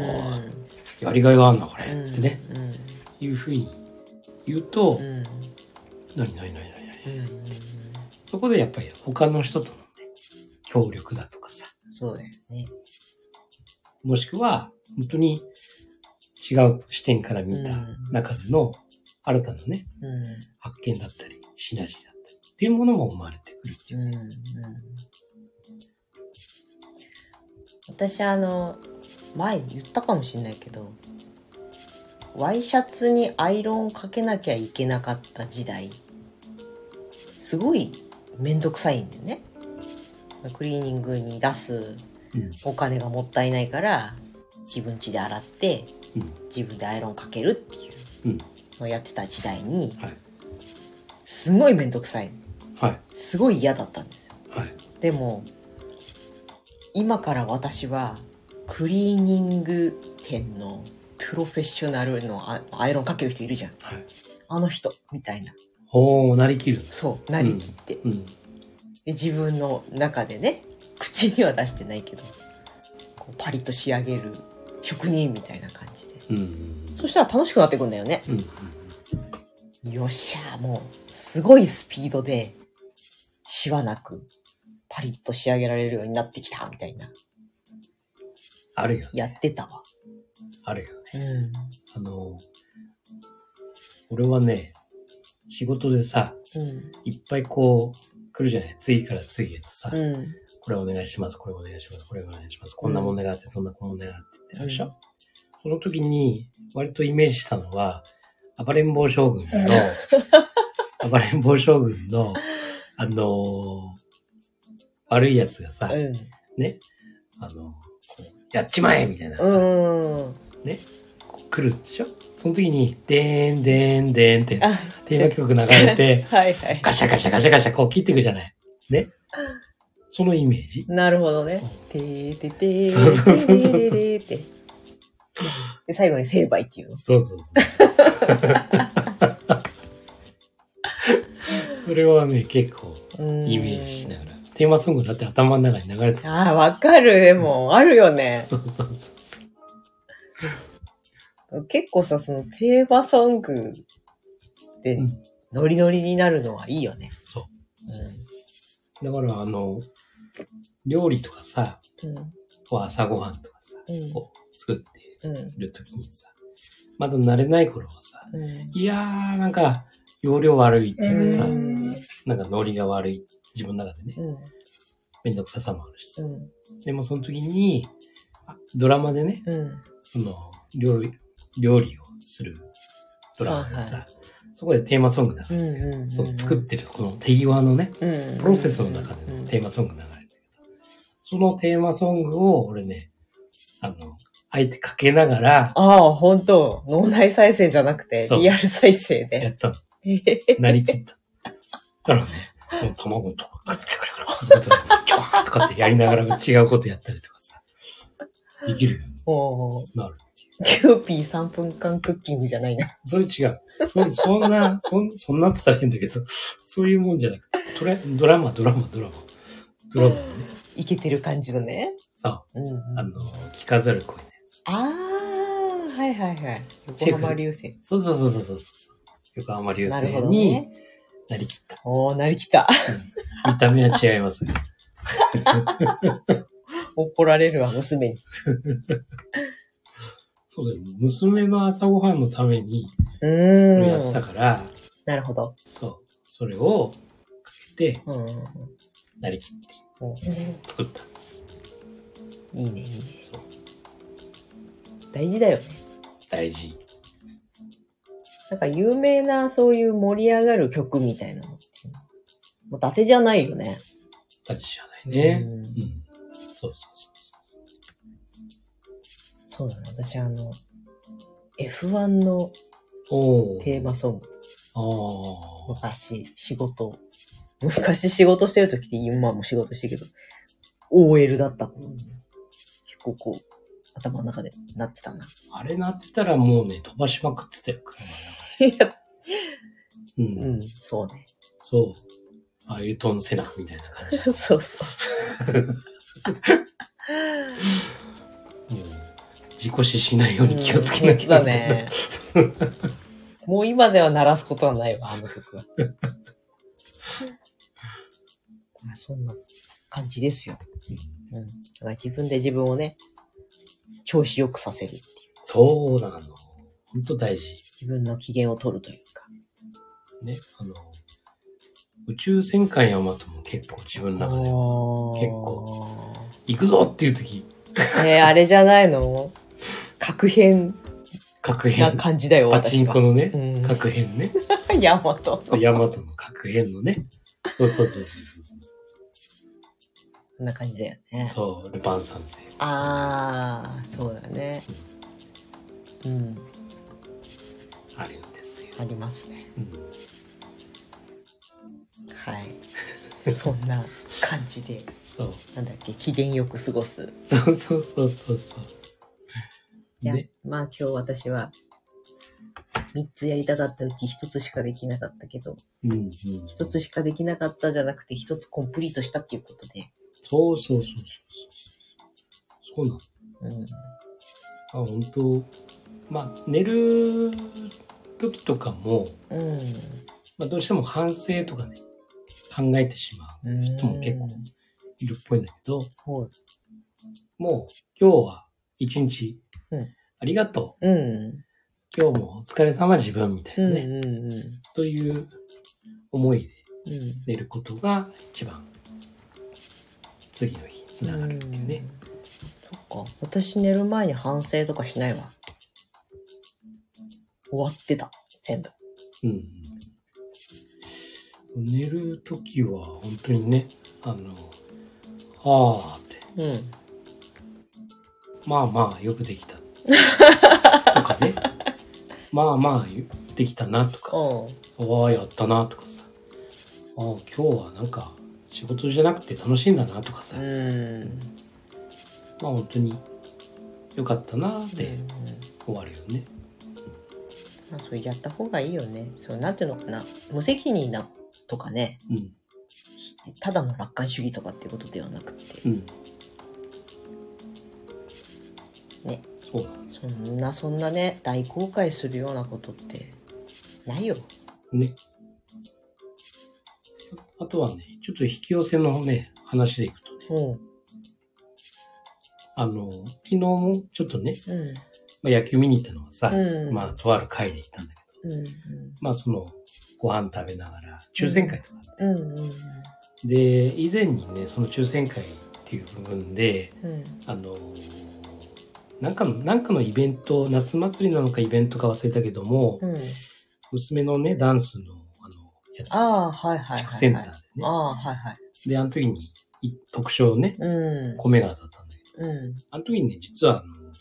Speaker 2: やりがいがあるな、これ、
Speaker 1: うん
Speaker 2: ってね、。いうふうに言うと
Speaker 1: うん。、うん
Speaker 2: なになになになになに
Speaker 1: うん
Speaker 2: そこでやっぱり他の人とのね、協力だとかさ、
Speaker 1: そうだよね。
Speaker 2: もしくは、本当に違う視点から見た
Speaker 1: うん
Speaker 2: 中での新たなね、
Speaker 1: うん。
Speaker 2: 発見だったり、シナジーだったり、っていうものが生まれてくるっていう。
Speaker 1: うんうん私あの前言ったかもしれないけどワイシャツにアイロンをかけなきゃいけなかった時代すごい面倒くさいんだよねクリーニングに出す
Speaker 2: うん。
Speaker 1: お金がもったいないから自分家で洗って
Speaker 2: うん。
Speaker 1: 自分でアイロンかけるっていう
Speaker 2: うん。
Speaker 1: のをやってた時代に
Speaker 2: はい。
Speaker 1: すごい面倒くさい
Speaker 2: はい。
Speaker 1: すごい嫌だったんですよ
Speaker 2: はい。
Speaker 1: でも今から私はクリーニング店のプロフェッショナルのあアイロンかける人いるじゃん
Speaker 2: はい。
Speaker 1: あの人みたいな
Speaker 2: おー、なりきるんだ。
Speaker 1: そうなりきって、で
Speaker 2: うん。
Speaker 1: 自分の中でね口には出してないけどこうパリッと仕上げる職人みたいな感じで
Speaker 2: うん。
Speaker 1: そしたら楽しくなってくんだよね
Speaker 2: うん。うん。
Speaker 1: よっしゃもうすごいスピードでシワなくパリッと仕上げられるようになってきたみたいな
Speaker 2: あるよ。
Speaker 1: やってたわ
Speaker 2: あるよね。
Speaker 1: うん
Speaker 2: あの、俺はね、仕事でさ、
Speaker 1: うん
Speaker 2: いっぱいこう、来るじゃない次から次へとさ、
Speaker 1: うん
Speaker 2: これお願いします、これお願いします、これお願いします、こんな問題があって、どんな問題があってってあるでしょ、
Speaker 1: うん
Speaker 2: その時に、割とイメージしたのは、暴れん坊将軍 の、暴れん坊将軍の、あのー悪いやつがさ、
Speaker 1: う
Speaker 2: ね、あのこうやっちまえみたいなさ、
Speaker 1: ん。うん。
Speaker 2: こう来るでしょその時に、でーん、でーん、でーんって、
Speaker 1: あ、、
Speaker 2: テーマ曲流れて
Speaker 1: はいはい。
Speaker 2: ガシャガシャガシャガシャこう切っていくじゃないねそのイメージ
Speaker 1: なるほどね
Speaker 2: うん。
Speaker 1: てーててー。
Speaker 2: そうそうそうそ
Speaker 1: て
Speaker 2: う
Speaker 1: ーてーてーてで、最後に成敗っていうの。
Speaker 2: そう そうそう。それはね、結構
Speaker 1: うん
Speaker 2: イメージしながら。テーマソングだって頭の中に流れてた。
Speaker 1: ああ、わかる。でも、あるよね。
Speaker 2: そうそうそうそう。
Speaker 1: 結構さ、そのテーマソングで
Speaker 2: うん、
Speaker 1: ノリノリになるのはいいよね。
Speaker 2: そう
Speaker 1: う
Speaker 2: だから、あの、料理とかさ、
Speaker 1: ん。うん。
Speaker 2: こう朝ごはんとかさ、こう作って
Speaker 1: うん。うん
Speaker 2: いるときにさ、まだ慣れない頃はさ、
Speaker 1: うん。
Speaker 2: いやー、なんか、容量悪いっていうかさ、
Speaker 1: うん
Speaker 2: なんかノリが悪い。自分の中でね、
Speaker 1: うん。
Speaker 2: めんどくささもあるしさ。
Speaker 1: うん。
Speaker 2: でもその時に、あドラマでね、
Speaker 1: うん。
Speaker 2: その料理料理をするドラマでさ、
Speaker 1: は
Speaker 2: そこでテーマソング流れ
Speaker 1: う
Speaker 2: て、
Speaker 1: ん。うん。
Speaker 2: その作ってるこの手際のね
Speaker 1: うん。
Speaker 2: プロセスの中で
Speaker 1: う
Speaker 2: の
Speaker 1: ん
Speaker 2: テーマソング流れてる、そのテーマソングを俺ねあのあえてかけながら
Speaker 1: ああ、本当脳内再生じゃなくて、
Speaker 2: そう
Speaker 1: リアル再生
Speaker 2: や
Speaker 1: で。
Speaker 2: ったの
Speaker 1: へへ
Speaker 2: なりきっただからねもう卵とかカチカチカチカチカチチョワーとかってやりながら違うことやったりとかさできるように
Speaker 1: もう、
Speaker 2: なる
Speaker 1: キューピー3分間クッキングじゃないな。
Speaker 2: それ違う。そ、そんな、そん、そんなって言ったら変だけど、そういうもんじゃなくて、ドラドラマ、ドラマ、ドラマ。ドラマのね、
Speaker 1: いけてる感じのね。
Speaker 2: さ、
Speaker 1: うんうん。
Speaker 2: あ
Speaker 1: あ
Speaker 2: の、聞かざる声のやつ。
Speaker 1: あー、はいはいはい。
Speaker 2: シェフ
Speaker 1: 横浜流星。
Speaker 2: そうそうそうそうそうそう。横浜流
Speaker 1: な
Speaker 2: 星
Speaker 1: るほど
Speaker 2: に
Speaker 1: ね。
Speaker 2: なりきった。
Speaker 1: おー、なりきた。
Speaker 2: 見た目は違いますね。
Speaker 1: 怒られるわ、娘に。
Speaker 2: そうだよ。娘の朝ごはんのために、
Speaker 1: う
Speaker 2: これやって
Speaker 1: ー
Speaker 2: た
Speaker 1: ん。
Speaker 2: から、
Speaker 1: なるほど。
Speaker 2: そう。それをかけて、
Speaker 1: うんうん
Speaker 2: なりきって
Speaker 1: うん。
Speaker 2: 作ったんです。
Speaker 1: いいね、いいね。
Speaker 2: そう。
Speaker 1: 大事だよね。
Speaker 2: 大事。
Speaker 1: なんか有名なそういう盛り上がる曲みたいなのっていうのもう伊達じゃないよね。
Speaker 2: たちじゃないね。
Speaker 1: うん
Speaker 2: うん。そうそうそうそ
Speaker 1: そうだね。私、あの、F1 の
Speaker 2: う。おお。
Speaker 1: テーマソング、
Speaker 2: ああ。
Speaker 1: 昔、仕事、 昔仕事してる時って、今も仕事してるけど、OL だった頃に、結構こう、頭の中でなってたな。
Speaker 2: あれなってたらもうね、飛ばしまくってたよ、車の
Speaker 1: い や
Speaker 2: 中で。
Speaker 1: う
Speaker 2: うん。
Speaker 1: ん、そうね。
Speaker 2: そう。アイルトン・セナみたいな感じ。
Speaker 1: そうそう。
Speaker 2: うん事故死しないように気をつけなきゃ
Speaker 1: うん本当だね。もう今では鳴らすことはないわ、あの曲は。まあそんな感じですよ。うん。だから自分で自分をね、調子よくさせるっていう。
Speaker 2: そうなの。本当大事。
Speaker 1: 自分の機嫌を取るというか。
Speaker 2: ね。あの、宇宙戦艦ヤマトも結構自分の中で、結
Speaker 1: 構。
Speaker 2: 行くぞっていう時、
Speaker 1: えー、あれじゃないの核変
Speaker 2: 核
Speaker 1: な
Speaker 2: 変。
Speaker 1: 感じだよ、
Speaker 2: パチ
Speaker 1: 私
Speaker 2: ンコ
Speaker 1: は。
Speaker 2: のね
Speaker 1: う、ん
Speaker 2: 核変 ね。
Speaker 1: ヤマト。
Speaker 2: そう、ヤマトの核変のね。そうそうそうそ
Speaker 1: こんな感じだよ
Speaker 2: う。
Speaker 1: ね。
Speaker 2: そう、ルパン三世。
Speaker 1: ああ、そうだね。うん、
Speaker 2: あるんですよ。
Speaker 1: ありますね。
Speaker 2: うん
Speaker 1: はい。そんな感じで、
Speaker 2: そう。
Speaker 1: なんだっけ、機嫌よく過ごす。
Speaker 2: そうそうそうそうそう。
Speaker 1: いや、
Speaker 2: ね。
Speaker 1: まあ今日私は、3つやりたかったうち1つしかできなかったけど、
Speaker 2: うんうん。
Speaker 1: 1つしかできなかったじゃなくて1つコンプリートしたっていうことで、
Speaker 2: そうそうそうそう。そう
Speaker 1: う
Speaker 2: なの。
Speaker 1: ん。
Speaker 2: あ、本当。まあ、寝る時とかも、
Speaker 1: うん。
Speaker 2: まあ、どうしても反省とかね、考えてしま
Speaker 1: うん。
Speaker 2: う人も結構いるっぽいんだけど、
Speaker 1: そう。
Speaker 2: もう今日は一日、
Speaker 1: うん
Speaker 2: ありがと
Speaker 1: うん。
Speaker 2: う。今日もお疲れ様自分みたい
Speaker 1: うん。
Speaker 2: な
Speaker 1: うんう
Speaker 2: ね、。
Speaker 1: ん。うん。
Speaker 2: という思いで寝ることが一番次の日につながるっていうね。
Speaker 1: そっか。私寝る前に反省とかしないわ。終わってた。全部。
Speaker 2: うん寝るときは本当にね、あの、あーって、
Speaker 1: うん。
Speaker 2: まあまあよく できた。とかね。まあまあできたなとかさ、
Speaker 1: おう
Speaker 2: ああやったなとかさ、ああ今日はなんか仕事じゃなくて楽しいんだなとかさ、まあ
Speaker 1: ん。
Speaker 2: 本当によかったなーって
Speaker 1: うん
Speaker 2: 終わるよね。
Speaker 1: まあ、それやった方がいいよね。そう、なんていうのかな。無責任なとかね、
Speaker 2: うん。
Speaker 1: ただの楽観主義とかっていうことではなくて、
Speaker 2: うん。
Speaker 1: ね。
Speaker 2: そうだ
Speaker 1: そんな、そんなね、大公開するようなことって、ないよ。
Speaker 2: ね。あとはね、ちょっと引き寄せのね、話でいくとね、
Speaker 1: うん。
Speaker 2: あの、昨日もちょっとね、
Speaker 1: うん。
Speaker 2: まあ、野球見に行ったのはさ、
Speaker 1: うん
Speaker 2: まあ、とある会で行ったんだけど、
Speaker 1: うん。
Speaker 2: まあ、その、ご飯食べながら、抽選会とか、
Speaker 1: うん。うん。
Speaker 2: で、以前にね、その抽選会っていう部分で、
Speaker 1: うん。
Speaker 2: あの、なんかの、なんかのイベント、夏祭りなのかイベントか忘れたけども、
Speaker 1: うん。
Speaker 2: 娘のね、ダンスの、あの、やつ、
Speaker 1: ああ、はいはいはい、は
Speaker 2: 地区
Speaker 1: い。
Speaker 2: センターでね、
Speaker 1: ああ、はいはい。
Speaker 2: で、あの時に、い特賞をね、
Speaker 1: うん。
Speaker 2: 米が当たったんだけど、
Speaker 1: うん。
Speaker 2: あの時にね、実はあの、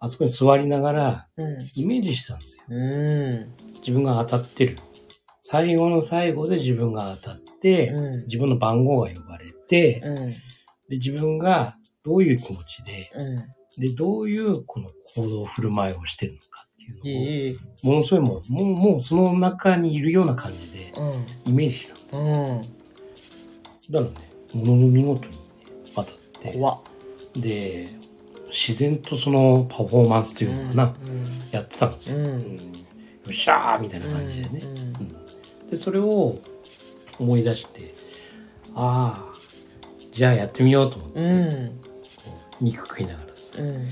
Speaker 2: あそこに座りながら
Speaker 1: うん。
Speaker 2: イメージしたんですよ。
Speaker 1: うん。
Speaker 2: 自分が当たってる。最後の最後で自分が当たって、
Speaker 1: うん。
Speaker 2: 自分の番号が呼ばれて、で
Speaker 1: うん。
Speaker 2: 自分がどういう気持ちで、
Speaker 1: うん。
Speaker 2: で、どういうこの行動振る舞いをしてるのかってい
Speaker 1: い
Speaker 2: う
Speaker 1: い。
Speaker 2: のを、ものすごいもう、もう、もうその中にいるような感じで
Speaker 1: うん。
Speaker 2: イメージしたんですよ。
Speaker 1: うん。
Speaker 2: だからね、ものの見事に、ね、当たって。
Speaker 1: 怖っ。
Speaker 2: で自然とそのパフォーマンスというのかな、
Speaker 1: う
Speaker 2: やってたんですよ、
Speaker 1: うん
Speaker 2: よっしゃーみたいな感じでね、
Speaker 1: うん
Speaker 2: うんでそれを思い出してああじゃあやってみようと思って、
Speaker 1: うん。
Speaker 2: こう肉食いながら
Speaker 1: う
Speaker 2: さ
Speaker 1: ん。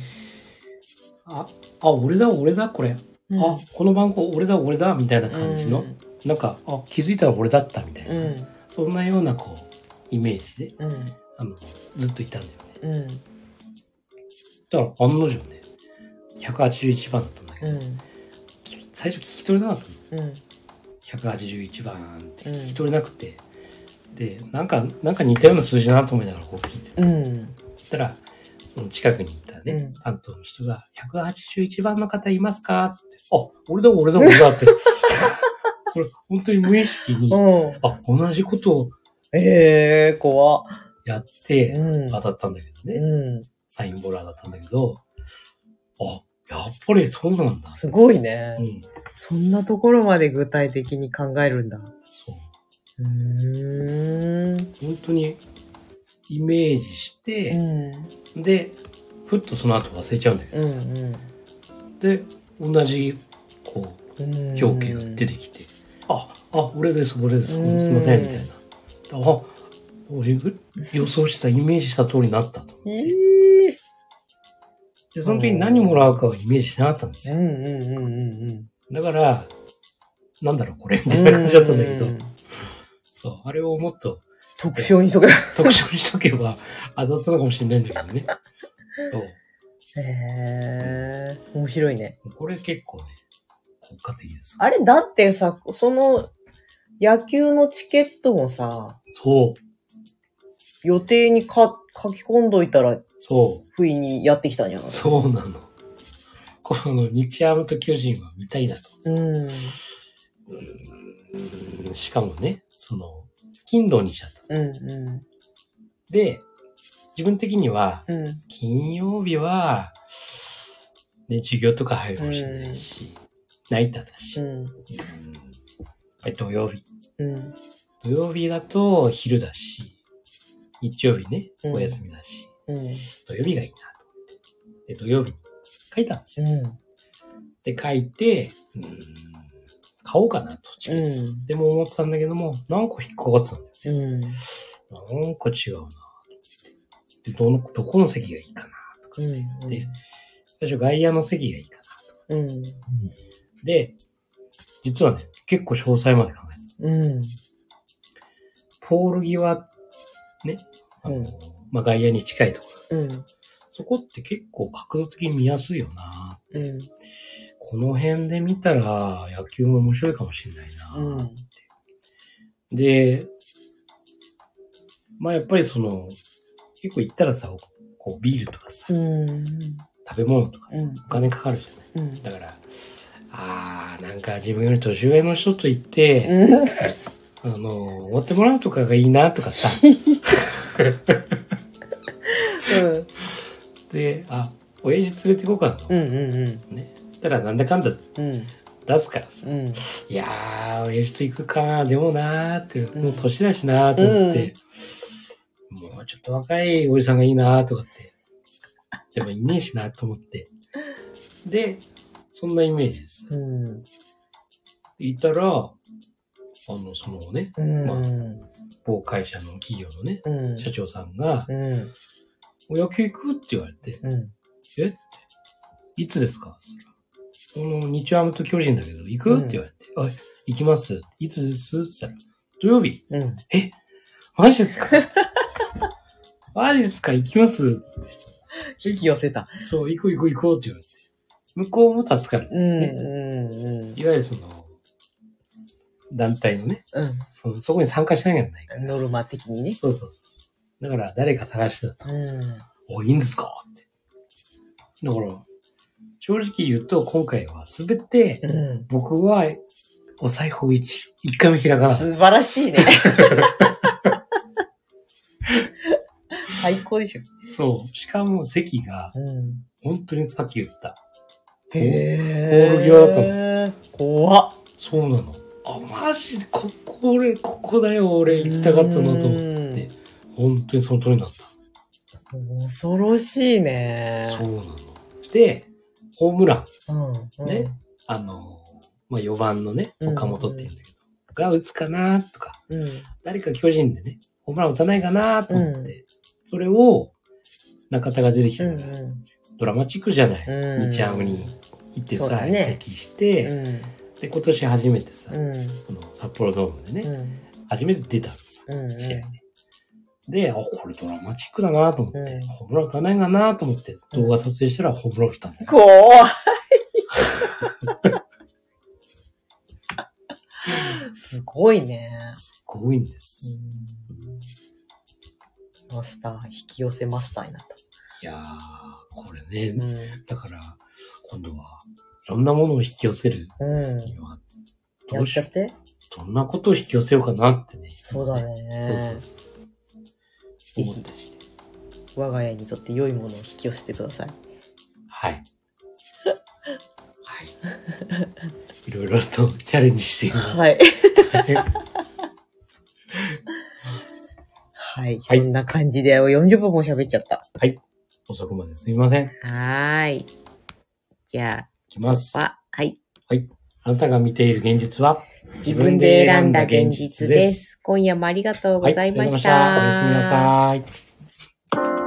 Speaker 2: ああ俺だ俺だこれ、
Speaker 1: うん
Speaker 2: あこの番号俺だ俺だみたいな感じの、なんかあ気づいたら俺だったみたいな、
Speaker 1: うん。
Speaker 2: そんなようなこうイメージで
Speaker 1: うん。
Speaker 2: あのずっといたんだよ
Speaker 1: うん。
Speaker 2: ねだから案の定ね181番だったんだけ
Speaker 1: う
Speaker 2: ど、
Speaker 1: ん。
Speaker 2: 最初聞き取れなかったの
Speaker 1: うん。
Speaker 2: 181番って聞き取れなくて、でなんかなんか似たような数字だなと思いながらこう聞いて
Speaker 1: うん。うん。
Speaker 2: たらその近くにいたね、
Speaker 1: うん
Speaker 2: 担当の人が「181番の方いますか?」って「あ俺だ俺だ俺だ」ってこれ本当に無意識に、
Speaker 1: うん。
Speaker 2: あ同じことを
Speaker 1: ええー、怖っ。
Speaker 2: やっ
Speaker 1: う
Speaker 2: て
Speaker 1: ん。
Speaker 2: 当たったんだけどね、
Speaker 1: うん。
Speaker 2: サインボーラーだったんだけどあやっぱりそうなんだ、
Speaker 1: すごいね、
Speaker 2: うん、
Speaker 1: そんなところまで具体的に考えるんだ。
Speaker 2: そう
Speaker 1: うーん。
Speaker 2: 本当にイメージして、
Speaker 1: うん。
Speaker 2: で、ふっとその後忘れちゃうんだけ
Speaker 1: う
Speaker 2: どさ。
Speaker 1: ん。
Speaker 2: で、同じ、こ
Speaker 1: うん。
Speaker 2: う、表記が出てきて、あ、あ、俺です、俺です、す
Speaker 1: うん
Speaker 2: みません、みたいな。あ、俺が予想した、イメージした通りになったと。
Speaker 1: えー
Speaker 2: で、その時に何もらうかはイメージしてなかったんです
Speaker 1: う
Speaker 2: よ。
Speaker 1: んうんうんうんうん。
Speaker 2: だから、なんだろう、これ、みたいな感じだったんだけど
Speaker 1: う、ん
Speaker 2: そう、あれをもっと
Speaker 1: 特徴にそこが。
Speaker 2: 特徴にしとけば 当たったのかもしれないんだけどね。そう
Speaker 1: へえー、面白いね。。
Speaker 2: これ結構ね、効果的です。
Speaker 1: あれ、だってさ、その、野球のチケットもさ、
Speaker 2: そう、
Speaker 1: 予定にか書き込んどいたら、
Speaker 2: そう。
Speaker 1: 不意にやってきたじゃん。
Speaker 2: そうなの。この日ハムと巨人は見たいなと。
Speaker 1: うん。
Speaker 2: しかもね、その、金土にしちゃった。
Speaker 1: うんう
Speaker 2: で、自分的には、
Speaker 1: ん。うん。
Speaker 2: 金曜日は、ね、授業とか入るかもしれないし、ナイターだし、
Speaker 1: う
Speaker 2: う
Speaker 1: ん。
Speaker 2: んはい土曜日。
Speaker 1: うん。
Speaker 2: 土曜日だと昼だし、日曜日ね、
Speaker 1: うん
Speaker 2: お休みだし、
Speaker 1: うん。
Speaker 2: 土曜日がいいなと思って。で、土曜日に書いたんですよ。
Speaker 1: うん。
Speaker 2: で、書いて、うーん、買おうかなと、チケット
Speaker 1: うん。
Speaker 2: でも思ってたんだけども、なんか引っかかってたんだよ。
Speaker 1: うん。
Speaker 2: なんか違うなと思ってでどの、どこの席がいいかなとか、で、最初外野の席がいいかなとか。
Speaker 1: うん。
Speaker 2: で、実はね、結構詳細まで考えて
Speaker 1: うん。
Speaker 2: た。ポール際、ね、あの、
Speaker 1: うん
Speaker 2: まあ、外野に近いところ。
Speaker 1: うん。
Speaker 2: そこって結構角度的に見やすいよな。
Speaker 1: うん。
Speaker 2: この辺で見たら野球も面白いかもしれないな。
Speaker 1: うん。
Speaker 2: で、まあやっぱりその、結構行ったらさ、こうビールとかさ、
Speaker 1: うん。
Speaker 2: 食べ物とかさ、
Speaker 1: うん
Speaker 2: お金かかるじゃない。
Speaker 1: うん。
Speaker 2: だから、あー、なんか自分より年上の人と行って、
Speaker 1: うん。
Speaker 2: あの、終わってもらうとかがいいなと かさ、で、あ、親父連れて行こうか
Speaker 1: う
Speaker 2: なと。
Speaker 1: ん。うん。
Speaker 2: ね。たらなんだかんだ
Speaker 1: うん。
Speaker 2: 出すからさ、
Speaker 1: うん。
Speaker 2: いやー、親父と行くかな、でもなーって、
Speaker 1: ん
Speaker 2: もう年だしなーと思って、もうちょっと若いおじさんがいいなーとかって、でもいねえしなと思って。で、そんなイメージです。
Speaker 1: うん。
Speaker 2: いたら、あの、そのね、
Speaker 1: うん。
Speaker 2: 某会社の企業のね、
Speaker 1: うん。
Speaker 2: 社長さんが、
Speaker 1: うん。
Speaker 2: お野球行くって言われて、
Speaker 1: うん。
Speaker 2: えって、いつですかこの日ハムと巨人だけど、行くって言われて、あ、行きます。いつですって言ったら、土曜日。
Speaker 1: うん。
Speaker 2: マジですかマジですか行きますつって。
Speaker 1: 引き寄せた。
Speaker 2: そう、行こう行こう行こうって言われて。向こうも助かる。
Speaker 1: うん。うん。
Speaker 2: いわゆるその、団体のね、
Speaker 1: うん。
Speaker 2: そのそこに参加しなきゃいけないから。
Speaker 1: ノルマ的にね。
Speaker 2: そうそうそう。だから誰か探してたと。
Speaker 1: うん。
Speaker 2: お、いいんですかって。だから、正直言うと今回はすべて
Speaker 1: うん。
Speaker 2: 僕はお裁縫一、一回も開かなかった。
Speaker 1: 素晴らしいね。最高でしょ。
Speaker 2: そう。しかも席が
Speaker 1: うん。
Speaker 2: 本当にさっき言った。
Speaker 1: へ
Speaker 2: ボール際だった
Speaker 1: ー。怖っ。
Speaker 2: そうなの。あ、マジで、こ、これ、ここだよ、俺、行きたかったなと思って。
Speaker 1: て
Speaker 2: 本当にその通りになった。
Speaker 1: 恐ろしいね。
Speaker 2: そうなの。で、ホームラン、
Speaker 1: うん。
Speaker 2: ねあの、まあ、4番のね、岡本っていうんだけど、が打つかなとか、
Speaker 1: うん。
Speaker 2: 誰か巨人でね、ホームラン打たないかなと思って、
Speaker 1: う
Speaker 2: それを、中田が出てきた
Speaker 1: う
Speaker 2: か
Speaker 1: ん
Speaker 2: ら、ドラマチックじゃない。
Speaker 1: うん。うん。
Speaker 2: 日ハムに行って
Speaker 1: そう
Speaker 2: さ、
Speaker 1: だ
Speaker 2: 移
Speaker 1: ね
Speaker 2: 籍して、
Speaker 1: うん。
Speaker 2: で、今年初めてさ、
Speaker 1: うん。
Speaker 2: この札幌ドームでね、
Speaker 1: うん。
Speaker 2: 初めて出たのさ。
Speaker 1: うん。
Speaker 2: 試合で。で、あ、これドラマチックだなと思って、
Speaker 1: うん
Speaker 2: ホームラン打たないかなと思って、動画撮影したらホームラン打ったんだよ。
Speaker 1: 怖い。すごいね。
Speaker 2: すごいんです。
Speaker 1: うんマスター、引き寄せマスターになっ
Speaker 2: いやー、これね、
Speaker 1: た。
Speaker 2: だから、今度は、いろんなものを引き寄せる
Speaker 1: うん。うん。
Speaker 2: には、ど
Speaker 1: やっ
Speaker 2: うし
Speaker 1: ちゃ
Speaker 2: よ
Speaker 1: って。
Speaker 2: う、どんなことを引き寄せようかなってね。
Speaker 1: そうだね。
Speaker 2: そうそう
Speaker 1: ぜ
Speaker 2: そう。
Speaker 1: ひ
Speaker 2: 思ったりして。
Speaker 1: 我が家にとって良いものを引き寄せてください。
Speaker 2: はい。はい。いろいろとチャレンジしています。
Speaker 1: はい。
Speaker 2: は
Speaker 1: はい。
Speaker 2: はい
Speaker 1: そんな感じで、40分も喋っちゃった。
Speaker 2: い。遅くまですみません。い
Speaker 1: はーい。じゃ
Speaker 2: きます
Speaker 1: あ、。は、はい。
Speaker 2: あなたが見ている現実は
Speaker 1: 自分で選んだ現実で。す。今夜もありがとう
Speaker 2: は
Speaker 1: ご
Speaker 2: い、
Speaker 1: ざ
Speaker 2: あ
Speaker 1: い
Speaker 2: りが
Speaker 1: ま
Speaker 2: とうございま
Speaker 1: し。
Speaker 2: したた。おやすみなさい。